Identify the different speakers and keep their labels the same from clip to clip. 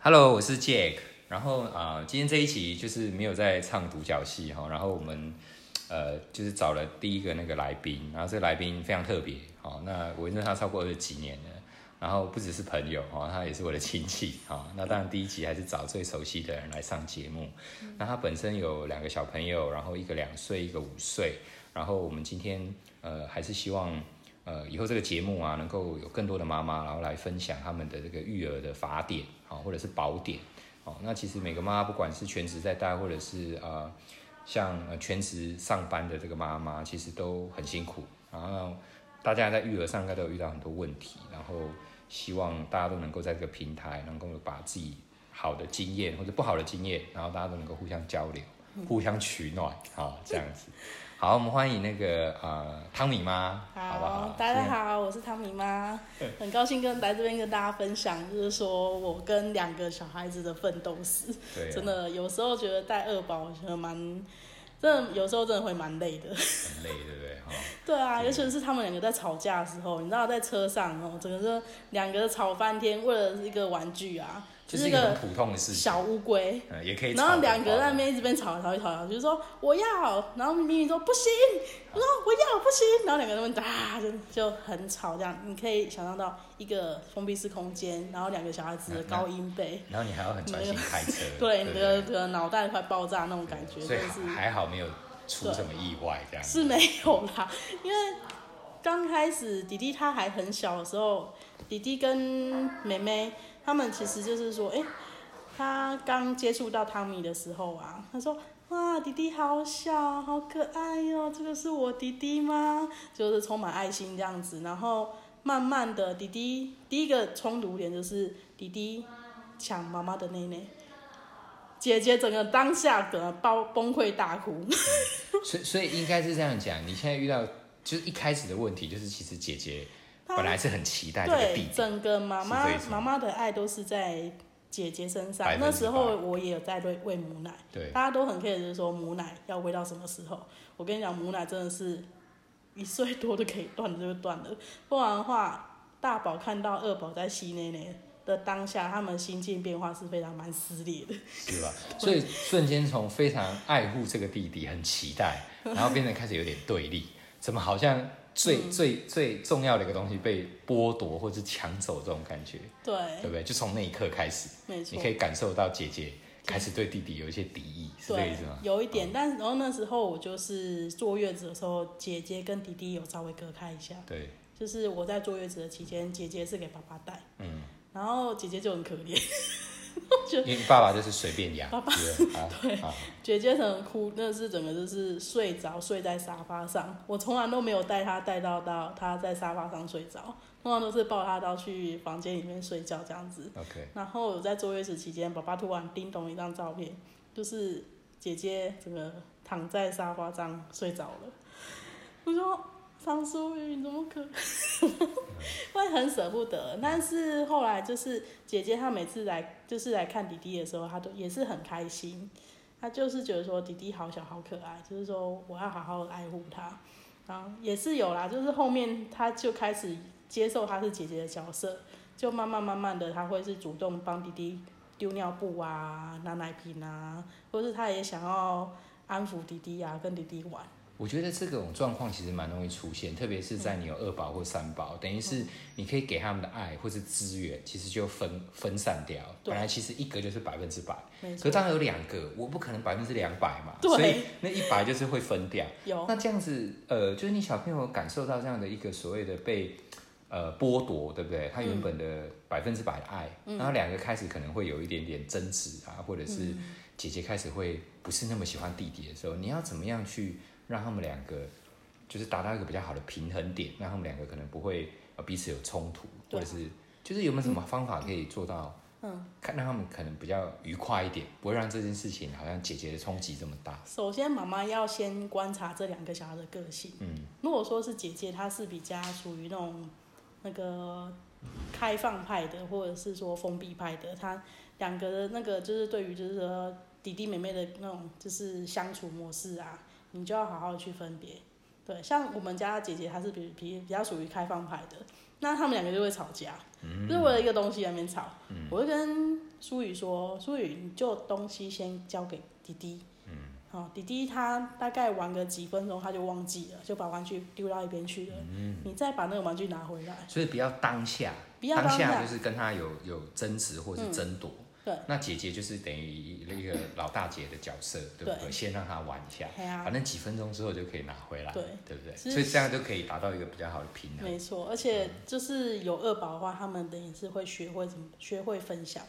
Speaker 1: Hello，我是 Jack。然后啊、呃今天这一期就是没有在唱独角戏哈、然后我们呃就是找了第一个那个来宾，然后这个来宾非常特别哦，那我认识他超过二十几年了。然后不只是朋友哦，他也是我的亲戚哦。那当然，第一集还是找最熟悉的人来上节目。那他本身有两个小朋友，然后一个两岁，一个五岁。然后我们今天呃，还是希望呃以后这个节目啊，能够有更多的妈妈，然后来分享他们的这个育儿的法典啊、哦或者是宝典哦。那其实每个妈妈，不管是全职在带，或者是呃像呃全职上班的这个妈妈，其实都很辛苦。然后大家在育儿上应该都有遇到很多问题，然后希望大家都能够在这个平台能够把自己好的经验或者不好的经验，然后大家都能够互相交流、
Speaker 2: 嗯
Speaker 1: 互相取暖啊，这样 子。好，我们欢迎那个呃汤米妈，好不好？
Speaker 2: 大家好，我是汤米妈，很高兴跟来这边跟大家分享，就是说我跟两个小孩子的奋斗史，
Speaker 1: 今天，对啊，
Speaker 2: 真的有时候觉得带二宝觉得蛮，真的有时候真的会蛮累的。
Speaker 1: 很累，对不对？哈、
Speaker 2: 对啊，尤其是他们两个在吵架的时候，你知道在车上哦，整个是两个吵翻天，为了一个玩具啊，
Speaker 1: 就是是一
Speaker 2: 一
Speaker 1: 个很
Speaker 2: 个
Speaker 1: 普通的事情，
Speaker 2: 小乌龟，
Speaker 1: 呃，也可以吵
Speaker 2: 然
Speaker 1: 得爆。
Speaker 2: 后两个在那边一直边吵吵一吵，就是说我要，然后咪咪说不行，我说我要不行，然后两个人打就啊就很吵这样。你可以想象到一个封闭式空间，然后两个小孩子的高音贝，
Speaker 1: 然后你还要很专心开车，
Speaker 2: 对你
Speaker 1: 不
Speaker 2: 的的脑袋快爆炸那种感觉，
Speaker 1: 所以
Speaker 2: 真的是
Speaker 1: 还好没有出什么意外，这样
Speaker 2: 是没有啦， 因为刚开始弟弟他还很小的时候，弟弟跟妹妹他们其实就是说，哎、他刚接触到汤米的时候啊，他说。哇，弟弟好小，好可爱哟、这个是我弟弟吗？就是充满爱心这样子。然后慢慢的，弟弟第一个冲突点就是弟弟抢妈妈的内内，姐姐整个当下整个爆崩溃大哭。
Speaker 1: 所以所以应该是这样讲，你现在遇到就是一开始的问题，就是其实姐姐
Speaker 2: 她
Speaker 1: 本来是很期待这个
Speaker 2: 对
Speaker 1: 弟，弟，
Speaker 2: 整个妈妈
Speaker 1: 是这一种
Speaker 2: 妈妈的爱都是在姐姐身上
Speaker 1: 百。分之百
Speaker 2: 那时候我也有在喂喂母奶，
Speaker 1: 对，
Speaker 2: 大家都很 care，就是说母奶要喂到什么时候。我跟你讲，母奶真的是一岁多就可以断了就断了，不然的话，大宝看到二宝在吸奶奶的当下，他们心境变化是非常蛮撕裂的。
Speaker 1: 是吧？所以瞬间从非常爱护这个弟弟，很期 待，然后变成开始有点对立，怎么好像最、
Speaker 2: 嗯
Speaker 1: 最最重要的一个东西被剥夺或是抢走这种感觉，对
Speaker 2: 对，
Speaker 1: 不对？就从那一刻开始，
Speaker 2: 哎 没错
Speaker 1: 你可。以感受到姐姐开始对弟弟有一些敌意，是这个
Speaker 2: 对
Speaker 1: 意思吗，？
Speaker 2: 有一点，但然后那时候我就是坐月子的时候，姐姐跟弟弟有稍微隔开一下，
Speaker 1: 对，
Speaker 2: 就是我在坐月子的期间，姐姐是给爸爸带，
Speaker 1: 嗯，
Speaker 2: 然后姐姐就很可怜，
Speaker 1: 因为爸爸就是随便养，
Speaker 2: 爸爸
Speaker 1: 对不对啊
Speaker 2: 对
Speaker 1: 啊，
Speaker 2: 姐姐很哭，那是整个就是睡着睡在沙发上，我从来都没有带她带到到她在沙发上睡着，通常都是抱她到去房间里面睡觉这样子。
Speaker 1: OK，
Speaker 2: 然后我在坐月子期间，爸爸突然叮咚一张照片，就是姐姐整个躺在沙发上睡着了。我说：“常淑宇，你怎么可？” 会很舍不得。但是后来就是姐姐她每次来就是来看弟弟的时候，她都也是很开心。她就是觉得说弟弟好小好可爱，就是说我要好好地爱护他。然后也是有啦，就是后面她就开始接受她是姐姐的角色。就慢慢慢慢的，他会是主动帮弟弟丢尿布啊、拿奶瓶啊，或是他也想要安抚弟弟啊，跟弟弟玩。
Speaker 1: 我觉得这种状况其实蛮容易出现，特别是在你有二宝或三宝，等于是你可以给他们的爱或是资源，其实就分分散掉。
Speaker 2: 对
Speaker 1: 本来其实一个就是百分之百，
Speaker 2: 没
Speaker 1: 可
Speaker 2: 错，
Speaker 1: 当然有两个，我不可能百分之两百嘛，
Speaker 2: 对哦
Speaker 1: 所以那一百就是会分掉。
Speaker 2: 有
Speaker 1: 那这样子，呃，就是你小朋友感受到这样的一个所谓的被呃剥夺，对不对？他
Speaker 2: 嗯
Speaker 1: 原本的百分之百的爱，然后两个开始可能会有一点点争执啊，或者
Speaker 2: 嗯
Speaker 1: 是姐姐开始会不是那么喜欢弟弟的时候，你要怎么样去让他们两个就是达到一个比较好的平衡点，让他们两个可能不会呃彼此有冲突，或
Speaker 2: 对啊嗯
Speaker 1: 者是就是有没有什么方法可以做到？嗯，看让他们可能比较愉快一点，不会让这件事情好像姐姐的冲击这么大。
Speaker 2: 首先妈妈要先观察这两个小孩的个性。
Speaker 1: 嗯，
Speaker 2: 如果说是姐姐，她是比较属于那种那个开放派的，或者是说封闭派的，她两个的那个就是对于就是说弟弟妹妹的那种就是相处模式啊，你就要好好去分别。对，像我们家姐姐她是比比比较属于开放派的，那他们两个就会吵架，就是为了一个东西在那边吵。我会跟苏雨说，苏雨你就东西先交给弟弟，嗯，好、弟弟他大概玩个几分钟他就忘记了，就把玩具丢到一边去了，你再把那个玩具拿回来，
Speaker 1: 所以不要当下，
Speaker 2: 不要
Speaker 1: 当
Speaker 2: 当下嗯
Speaker 1: 就是跟他有有争执或是争夺。
Speaker 2: 对
Speaker 1: 那姐姐就是等于一个老大姐的角色，对不对？先让她玩一下，
Speaker 2: 嘿啊
Speaker 1: 反正几分钟之后就可以拿回来，
Speaker 2: 对
Speaker 1: 不对？
Speaker 2: 其
Speaker 1: 所
Speaker 2: 实
Speaker 1: 以这样就可以达到一个比较好的平衡。
Speaker 2: 没错，而且就是有二宝的话，他们等于是会学会怎么学会分享。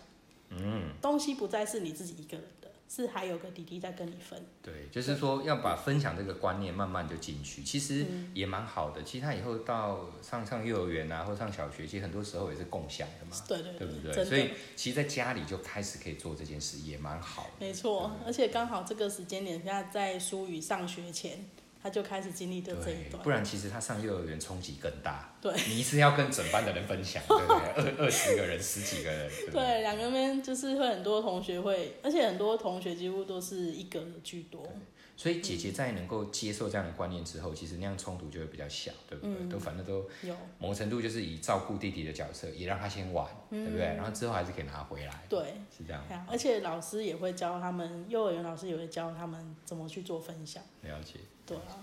Speaker 2: 嗯，东西不再是你自己一个人的，是还有个弟弟在跟你分。
Speaker 1: 对，就是说要把分享这个观念慢慢就进去，其实
Speaker 2: 嗯
Speaker 1: 也蛮好的。其实他以后到上上幼儿园啊，或上小学，其实很多时候也是共享的嘛，
Speaker 2: 对对
Speaker 1: 对不对？
Speaker 2: 真
Speaker 1: 所以
Speaker 2: 的
Speaker 1: 其实在家里就开始可以做这件事，也蛮好的。
Speaker 2: 没错。而且刚好这个时间点，他在苏雨上学前，他就开始经历的这一
Speaker 1: 对，
Speaker 2: 段
Speaker 1: 不。然其实他上幼儿园冲击更大。
Speaker 2: 对，
Speaker 1: 你一次要跟整班的人分享，对不对？二二十个人、十几个人，对不对？
Speaker 2: 对，两个边就是会很多同学会，而且很多同学几乎都是一个人居多。
Speaker 1: 所
Speaker 2: 嗯
Speaker 1: 以姐姐在能够接受这样的观念之后，其实那样冲突就会比较小，对不对？
Speaker 2: 嗯
Speaker 1: 都反正都
Speaker 2: 有
Speaker 1: 某程度就是以照顾弟弟的角色，也让他先玩，对不对？然后之后还是可以拿回来，
Speaker 2: 嗯对，
Speaker 1: 是这样。
Speaker 2: 对啊而且老师也会教他们，幼儿园老师也会教他们怎么去做分享。
Speaker 1: 了解。
Speaker 2: 对啊，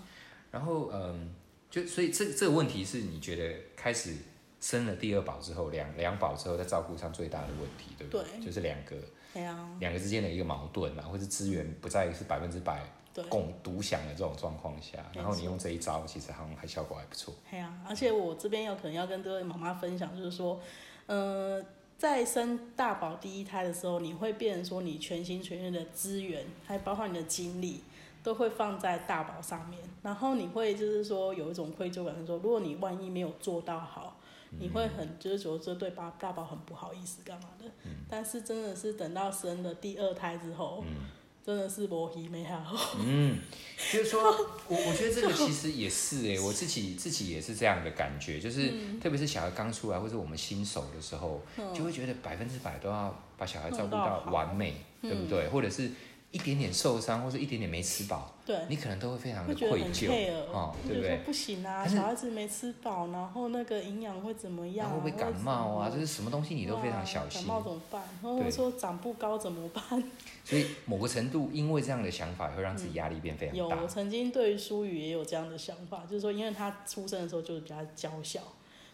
Speaker 1: 然后嗯，就所以这这个问题是你觉得开始生了第二宝之后，两两宝之后在照顾上最大的问题，对不
Speaker 2: 对
Speaker 1: 就是两个
Speaker 2: 对啊。
Speaker 1: 两个之间的一个矛盾啊，或是资源不再是百分之百
Speaker 2: 对，啊
Speaker 1: 共独享的这种状况下，
Speaker 2: 没
Speaker 1: 然后你
Speaker 2: 错
Speaker 1: 用这一招，其实好像还效果还不错。
Speaker 2: 哎呀、而且我这边有可能要跟各位妈妈分享，就是说，呃，在生大宝第一胎的时候，你会变成说你全心全意的资源，还包括你的精力，都会放在大宝上面，然后你会就是说有一种愧疚感，就是说如果你万一没有做到好。你会很就是觉得这对大大宝很不好意思干嘛的，但是真的是等到生了第二胎之后，真的是磨皮没好，
Speaker 1: 就是说，我我觉得这个其实也是哎、我自 己自己也是这样的感觉，就是、
Speaker 2: 嗯
Speaker 1: 特别是小孩刚出来或者我们新手的时候，就会觉得百分之百都要把小孩照顾
Speaker 2: 弄到
Speaker 1: 到
Speaker 2: 好嗯
Speaker 1: 完美，对不对？或者是一点点受伤或者一点点没吃饱，
Speaker 2: 对，
Speaker 1: 你可能都会非常的
Speaker 2: 呃会觉得
Speaker 1: 愧
Speaker 2: 很
Speaker 1: 疚
Speaker 2: care，、
Speaker 1: 哦，
Speaker 2: 就
Speaker 1: 对不
Speaker 2: 觉得
Speaker 1: 对
Speaker 2: 说？不行啊，
Speaker 1: 但是
Speaker 2: 小孩子没吃饱，然后那个营养会怎么
Speaker 1: 然
Speaker 2: 样、啊？
Speaker 1: 后会不会感冒啊？就
Speaker 2: 会
Speaker 1: 是什么东西
Speaker 2: 怎么
Speaker 1: 你都非常小心
Speaker 2: 哇感。冒怎么办？然后
Speaker 1: 对
Speaker 2: 说长不高怎么办？
Speaker 1: 所以某个程度，因为这样的想法，会让自己压力变非
Speaker 2: 嗯有，
Speaker 1: 常大。
Speaker 2: 我曾经对于舒雨也有这样的想法，就是说，因为他出生的时候就是比较娇小，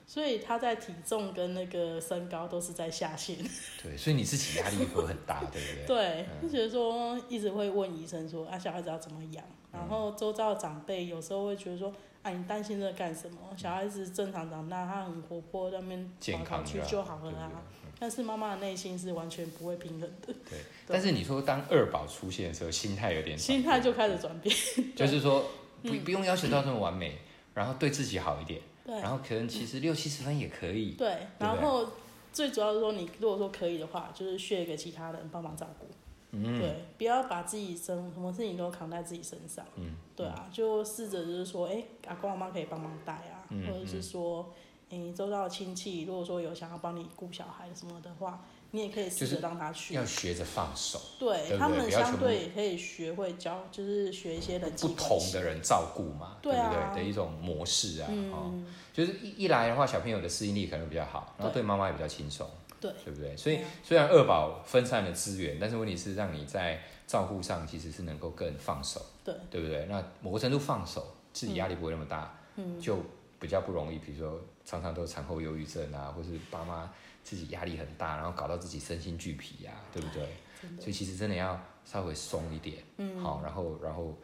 Speaker 2: 所以他在体重跟那个身高都是在下限。
Speaker 1: 对，所以你自己压力会很大，对嗯 不对？
Speaker 2: 对，就觉得说一直会问医生说啊，小孩子要怎么养？然后周遭的长辈有时候会觉得说，啊，你担心这个干什么？小孩子正常长大，他很活泼，在那边跑
Speaker 1: 健
Speaker 2: 来跑
Speaker 1: 康
Speaker 2: 去
Speaker 1: 的啊
Speaker 2: 就好了
Speaker 1: 对
Speaker 2: 啊
Speaker 1: 不。
Speaker 2: 但是妈妈的内心是完全不会平衡的，
Speaker 1: 对，但是你说当二宝出现的时候，心态有点转变
Speaker 2: 心态就开始转变。
Speaker 1: 就是说不
Speaker 2: 嗯
Speaker 1: 不用要求到这么完美，然后对自己好一点，
Speaker 2: 对
Speaker 1: 然后可能
Speaker 2: 嗯
Speaker 1: 其实六七十分也可以，
Speaker 2: 对，然后最主要是说，你如果说可以的话，就是削给其他人帮忙照顾。
Speaker 1: 嗯
Speaker 2: 对，不要把自己身什么事情都扛在自己身上。
Speaker 1: 嗯，
Speaker 2: 对啊，就试着就是说，哎、阿公阿妈可以帮忙带啊，
Speaker 1: 嗯
Speaker 2: 或者是说，哎、周遭的亲戚如果说有想要帮你顾小孩什么的话，你也可以试
Speaker 1: 就是
Speaker 2: 着让他去。
Speaker 1: 要学着放手，
Speaker 2: 对
Speaker 1: 对不
Speaker 2: 他
Speaker 1: 对
Speaker 2: 们
Speaker 1: 不要
Speaker 2: 相
Speaker 1: 全部
Speaker 2: 对也可以学会教，就是学一些人际
Speaker 1: 不
Speaker 2: 关
Speaker 1: 同
Speaker 2: 系。
Speaker 1: 的人照顾嘛，
Speaker 2: 嗯对啊
Speaker 1: 不对的一种模式啊，哦，
Speaker 2: 嗯，
Speaker 1: 就是一一来的话，小朋友的适应力可能比较好，然后
Speaker 2: 对
Speaker 1: 对妈妈也比较轻松，
Speaker 2: 对
Speaker 1: 对不对？所以
Speaker 2: 对啊
Speaker 1: 虽然二宝分散了资源，但是问题是让你在照顾上其实是能够更放手，
Speaker 2: 对啊
Speaker 1: 对不对？那某个程度放手，自己压力不会那么大，嗯，就比较不容易，比如说常常都产后忧郁症啊，或是爸妈自己压力很大，然后搞到自己身心俱疲啊，对不对？
Speaker 2: 真的
Speaker 1: 所以其实真的要稍微松一点，嗯，好，然后然后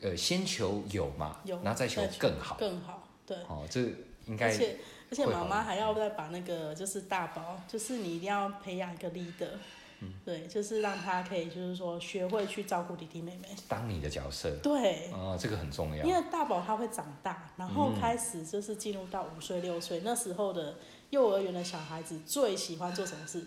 Speaker 1: 呃，先求有嘛，
Speaker 2: 有
Speaker 1: 然后再求
Speaker 2: 再求
Speaker 1: 更好，
Speaker 2: 更好。对，
Speaker 1: 哦，这应
Speaker 2: 而
Speaker 1: 该
Speaker 2: 且而且
Speaker 1: 会
Speaker 2: 妈
Speaker 1: 好
Speaker 2: 妈还要再把那个就是大宝，就是你一定要培养一个 leader，、对，
Speaker 1: 嗯
Speaker 2: 就是让他可以就是说学会去照顾弟弟妹妹。
Speaker 1: 当你的角色，
Speaker 2: 对，
Speaker 1: 啊、这个很重要
Speaker 2: 因。为大宝他会长大，然后开始就是进入到五岁六岁那时候的幼儿园的小孩子最喜欢做什么事？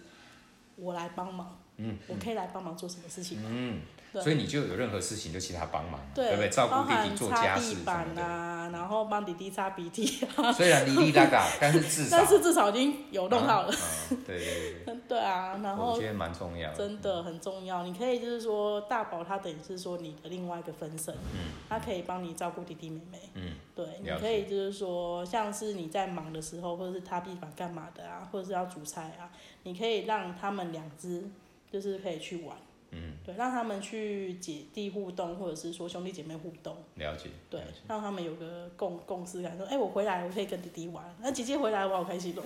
Speaker 2: 我来帮忙，嗯，我可以来帮忙做什么事情吗？
Speaker 1: 嗯，
Speaker 2: 对
Speaker 1: 所以你就有任何事情就请他帮忙嘛，
Speaker 2: 对
Speaker 1: 不对？照
Speaker 2: 包
Speaker 1: 顾弟
Speaker 2: 含
Speaker 1: 弟做
Speaker 2: 擦
Speaker 1: 家
Speaker 2: 地
Speaker 1: 事什么
Speaker 2: 板
Speaker 1: 的。
Speaker 2: 啊，然后帮弟弟擦鼻涕啊，
Speaker 1: 虽然哩哩啦啦，但是至少
Speaker 2: 但是至少已经有弄好了。
Speaker 1: 嗯嗯对对对，
Speaker 2: 对啊，然
Speaker 1: 我
Speaker 2: 后
Speaker 1: 觉得蛮重要的。
Speaker 2: 真的很重要。你可以就是说，大宝他等于是说你的另外一个分身，
Speaker 1: 嗯
Speaker 2: 他可以帮你照顾弟弟妹妹。
Speaker 1: 嗯
Speaker 2: 对，你
Speaker 1: 了解
Speaker 2: 可以就是说，像是你在忙的时候，或者是他必板干嘛的啊，或者是要煮菜啊，你可以让他们两只就是可以去玩，
Speaker 1: 嗯，
Speaker 2: 对，让他们去姐弟互动，或者是说兄弟姐妹互动，
Speaker 1: 了解。
Speaker 2: 对
Speaker 1: 了解，
Speaker 2: 让他们有个共共识感，说，哎、我回来我可以跟弟弟玩，那姐姐回来我好开心哦。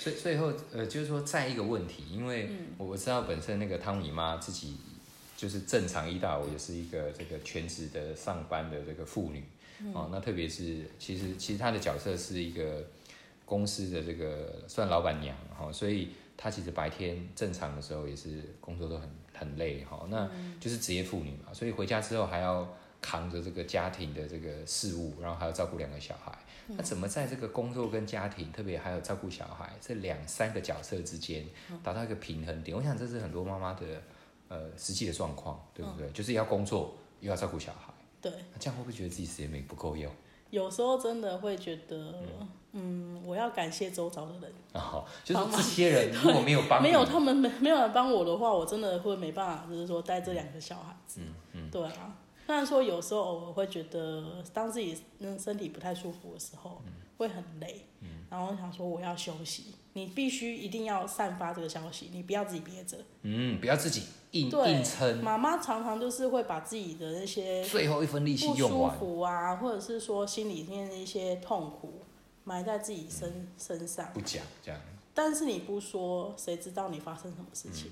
Speaker 1: 所以最后呃，就是说再一个问题，因为我我知道本身那个汤米妈自己就是正常一到五也是一个这个全职的上班的这个妇女、哦，那特别是其实其实她的角色是一个公司的这个算老板娘哈、哦，所以她其实白天正常的时候也是工作都很很累哈、哦，那就是职业妇女嘛，所以回家之后还要扛着这个家庭的这个事务，然后还要照顾两个小孩。
Speaker 2: 嗯
Speaker 1: 那怎么在这个工作跟家庭，特别还有照顾小孩这两三个角色之间
Speaker 2: 嗯
Speaker 1: 达到一个平衡点？我想这是很多妈妈的呃实际的状况，对不对？
Speaker 2: 嗯
Speaker 1: 就是要工作又要照顾小孩，
Speaker 2: 对，
Speaker 1: 那这样会不会觉得自己时间没不够用？
Speaker 2: 有时候真的会觉得，嗯，我要感谢周遭的人，
Speaker 1: 哦，就是这些人如果没有帮你，
Speaker 2: 没有他们 没没有人帮我的话，我真的会没办法，就是说带这两个小孩子。
Speaker 1: 嗯嗯
Speaker 2: 对啊，虽然说有时候偶尔会觉得，当自己嗯身体不太舒服的时候，
Speaker 1: 嗯
Speaker 2: 会很累，然后想说我要休息。你必须一定要散发这个消息，你不要自己憋着。
Speaker 1: 嗯，不要自己硬
Speaker 2: 对
Speaker 1: 硬撑，
Speaker 2: 妈妈常常就是会把自己的那些
Speaker 1: 最后一分力气
Speaker 2: 不
Speaker 1: 用
Speaker 2: 舒
Speaker 1: 完。
Speaker 2: 服啊，或者是说心里面的一些痛苦埋在自己身身上，
Speaker 1: 不讲这样，
Speaker 2: 但是你不说，谁知道你发生什么事情？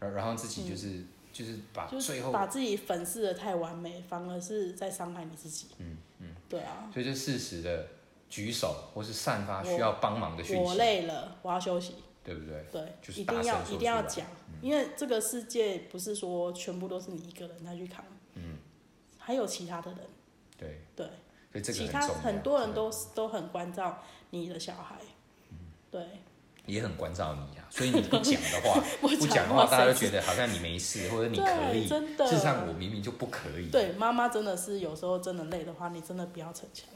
Speaker 1: 然然后自己就是、就是把
Speaker 2: 嗯
Speaker 1: 嗯
Speaker 2: 就
Speaker 1: 啊最
Speaker 2: 是
Speaker 1: 后
Speaker 2: 把自己粉饰的太完美，反而是在伤害你自己。
Speaker 1: 嗯嗯，
Speaker 2: 对啊，
Speaker 1: 所以就适时的举手或是散发
Speaker 2: 我
Speaker 1: 需要帮忙的讯
Speaker 2: 我
Speaker 1: 息，
Speaker 2: 累了，我要休息。
Speaker 1: 对不对？
Speaker 2: 对，
Speaker 1: 就是
Speaker 2: 一
Speaker 1: 大
Speaker 2: 定要
Speaker 1: 声说
Speaker 2: 一定要
Speaker 1: 出嗯
Speaker 2: 讲，因为这个世界不是说全部都是你一个人在去扛，
Speaker 1: 嗯，
Speaker 2: 还有其他的人，
Speaker 1: 对，
Speaker 2: 对，
Speaker 1: 所以这个
Speaker 2: 其
Speaker 1: 很
Speaker 2: 他
Speaker 1: 重要。
Speaker 2: 很多人
Speaker 1: 这个嗯
Speaker 2: 都是都很关照你的小孩，对，，
Speaker 1: 也很关照你啊，所以你不讲的话
Speaker 2: 我
Speaker 1: 不讲的话，大家都觉得好像你没事或者你可
Speaker 2: 对，
Speaker 1: 以，
Speaker 2: 真的，
Speaker 1: 事实上我明明就不可以。
Speaker 2: 对妈妈真的是有时候真的累的话，你真的不要逞强，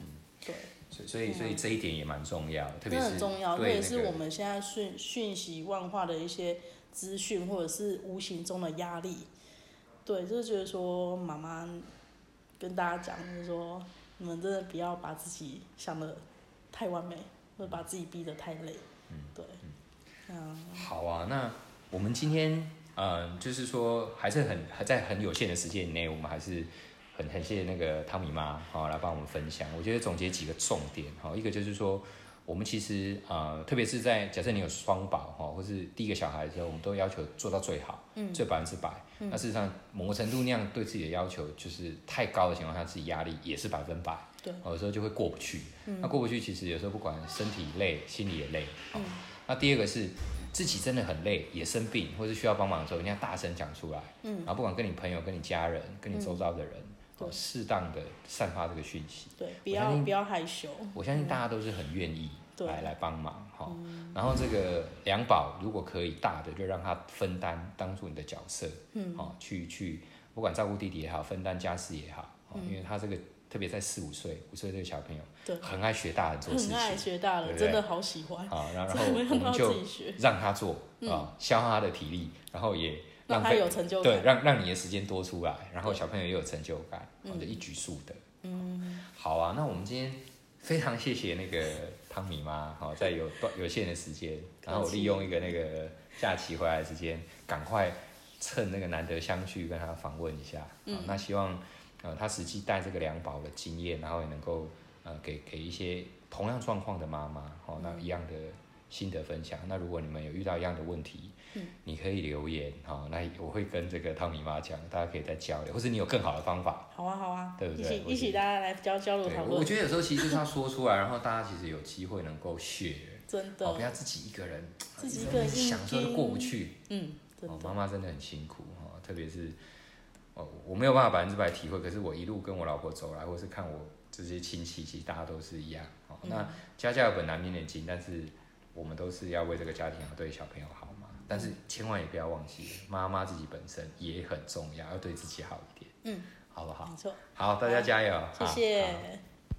Speaker 2: 对，啊
Speaker 1: 所以，所以所以这一点也蛮重要，嗯特
Speaker 2: 真
Speaker 1: 别
Speaker 2: 的
Speaker 1: 是
Speaker 2: 很重要，这
Speaker 1: 对
Speaker 2: 也
Speaker 1: 那
Speaker 2: 是
Speaker 1: 个
Speaker 2: 我们现在讯讯息万化的一些资讯，或者是无形中的压力。对，就是觉得说妈妈跟大家讲，就是说你们真的不要把自己想的太完美，或者把自己逼得太累。嗯，对，嗯，
Speaker 1: 好啊，那我们今天嗯、呃就是说还是很还在很有限的时间内，我们还是很很谢谢那个汤米妈好、来帮我们分享。我觉得总结几个重点哈、一个就是说我们其实呃，特别是在假设你有双宝哈、或是第一个小孩的时候，我们都要求做到最好，嗯，最百分之百。那事实上某个程度那样对自己的要求就是太高的情况下，自己压力也是百分百。
Speaker 2: 对，
Speaker 1: 有时候就会过不去。那过不去，其实有时候不管身体累，心里也累。哦那第二个是自己真的很累，也生病或是需要帮忙的时候，一定要大声讲出来。嗯，然后不管跟你朋友、跟你家人、跟你周遭的人，
Speaker 2: 对
Speaker 1: 哦，适当的散发这个讯息。
Speaker 2: 对，不
Speaker 1: 我相
Speaker 2: 要
Speaker 1: 信
Speaker 2: 不要害羞。
Speaker 1: 我相信大家都是很愿意
Speaker 2: 对嗯
Speaker 1: 来来帮忙哈、然后这个两宝如果可以大的，就让他分担当做你的角色，嗯，哦，去去不管照顾弟弟也好，分担家事也好，哦因为他这个特别在四五岁五岁这个小朋友，
Speaker 2: 嗯对
Speaker 1: 很爱学大人做事
Speaker 2: 很爱
Speaker 1: 情，
Speaker 2: 学大
Speaker 1: 对
Speaker 2: 人，
Speaker 1: 不
Speaker 2: 真
Speaker 1: 对
Speaker 2: 的好喜欢，
Speaker 1: 好， 然后然后
Speaker 2: 真
Speaker 1: 我
Speaker 2: 的让
Speaker 1: 们
Speaker 2: 他
Speaker 1: 就
Speaker 2: 自己学，
Speaker 1: 让他做啊、消耗他的体力，然后也
Speaker 2: 让
Speaker 1: 浪
Speaker 2: 他
Speaker 1: 费
Speaker 2: 有成就
Speaker 1: 对，
Speaker 2: 感。
Speaker 1: 让让你的时间多出来，然后小朋友也有成就感，或者一举数得。嗯，好啊，那我们今天非常谢谢那个汤米妈， 好、在有短有限的时间，然后我利用一个那个假期回来的时间，赶快趁那个难得相聚，跟他访问一下。嗯、那希望呃他实际带这个两宝的经验，然后也能够呃给给一些同样状况的妈妈，哦，那一样的。心得分享。那如果你们有遇到一样的问题，你可以留言哈、哦，那我会跟这个汤米妈讲，大家可以再交流，或是你有更好的方法。
Speaker 2: 好啊，好啊，
Speaker 1: 对不
Speaker 2: 一
Speaker 1: 对
Speaker 2: 起
Speaker 1: 我
Speaker 2: 一
Speaker 1: 觉
Speaker 2: 起
Speaker 1: 得
Speaker 2: 大家来交交流
Speaker 1: 对
Speaker 2: 讨，
Speaker 1: 我我
Speaker 2: 论，
Speaker 1: 觉得有时候其实就是要说出来，然后大家其实有机会能够 share，
Speaker 2: 真
Speaker 1: 哦，不
Speaker 2: 的，
Speaker 1: 要自己一个人，啊
Speaker 2: 自己
Speaker 1: 一
Speaker 2: 一
Speaker 1: 直
Speaker 2: 个人
Speaker 1: 想说都
Speaker 2: 硬
Speaker 1: 过不去。
Speaker 2: 嗯，真
Speaker 1: 哦，
Speaker 2: 的，
Speaker 1: 妈妈真的很辛苦哦，特别是哦，我没有办法百分之百体会，可是我一路跟我老婆走来，或是看我这些亲戚，其实大家都是一样哦。
Speaker 2: 嗯
Speaker 1: 那家家有本难念的经，但是我们都是要为这个家庭好，对小朋友好嘛。但是千万也不要忘记，妈妈自己本身也很重要，要对自己好一点。
Speaker 2: 嗯，
Speaker 1: 好不好？
Speaker 2: 没错，
Speaker 1: 好，大家加油！
Speaker 2: 谢
Speaker 1: 好好
Speaker 2: 谢。